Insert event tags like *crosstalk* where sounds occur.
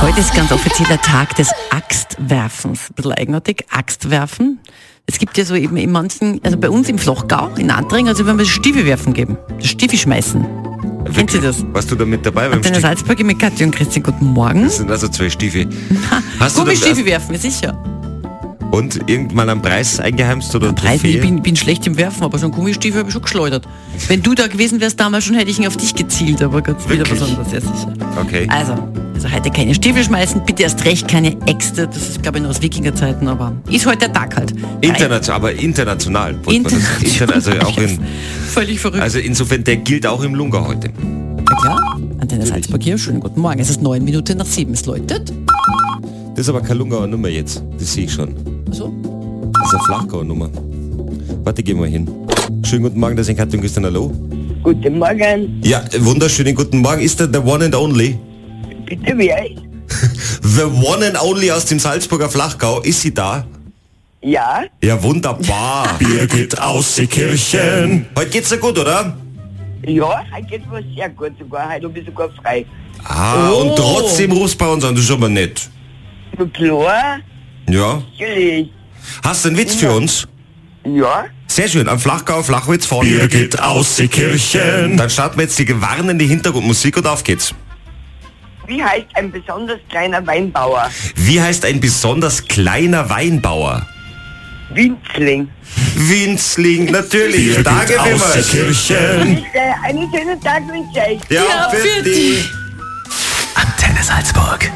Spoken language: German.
Heute ist ganz offizieller Tag des Axtwerfens. Ein bisschen eigenartig. Axtwerfen. Es gibt ja so eben in manchen, also bei uns im Flochgau, in Antring, also wenn wir Stiefel werfen geben. Stiefel schmeißen. Kennt ihr das? Warst du da mit dabei beim Deine Stiefel? Salzburg mit Katja und Christian, guten Morgen. Das sind also zwei Stiefel. Hast du dann Gummistiefel werfen, sicher. erst- und irgendwann einen Preis eingeheimst oder Preis, Trophäe? ich bin, bin schlecht im Werfen, aber so einen Gummistiefel habe ich schon geschleudert. Wenn du da gewesen wärst damals schon, hätte ich ihn auf dich gezielt, aber ganz wieder was Wirklich? anderes, ja sicher. Okay. Also, also heute keine Stiefel schmeißen, bitte erst recht keine Äxte, das ist glaube ich noch aus Wikingerzeiten, aber ist heute der Tag halt. International, aber international. wollte man das- International. Inter also, auch in, *laughs* Völlig verrückt. also insofern, der gilt auch im Lunga heute. Na klar, Antenne Salzburg hier, schönen guten Morgen. Es ist neun Minuten nach sieben, es läutet. Das ist aber keine Lungauer Nummer jetzt. Das sehe ich schon. So. Das ist eine Flachgauer Nummer. Warte, gehen wir hin. Schönen guten Morgen, das sind Katja und Christian, hallo. Guten Morgen, Ja, äh, wunderschönen guten Morgen. Ist der the one and only? bitte wer? The one and only aus dem Salzburger Flachgau. Ist sie da? Ja, Ja, wunderbar. *laughs* Birgit aus die Kirchen. Heute geht's dir gut, oder? ja, heute geht was sehr gut sogar, heute habe ich sogar frei. Ah, und trotzdem rufst bei uns an, das ist aber nett. Na klar, Ja. natürlich. Hast du einen Witz für uns? Ja, Sehr schön, am Flachgau, Flachwitz vorne. Birgit aus die Kirchen. Dann starten wir jetzt die gewarnende Hintergrundmusik und auf geht's. wie heißt ein besonders kleiner Weinbauer? Wie heißt ein besonders kleiner Weinbauer? Winzling. Winzling, natürlich. Danke vielmals. Bitte, einen schönen Tag wünsche ich. Ja, Ja, für für dich. Antenne Salzburg.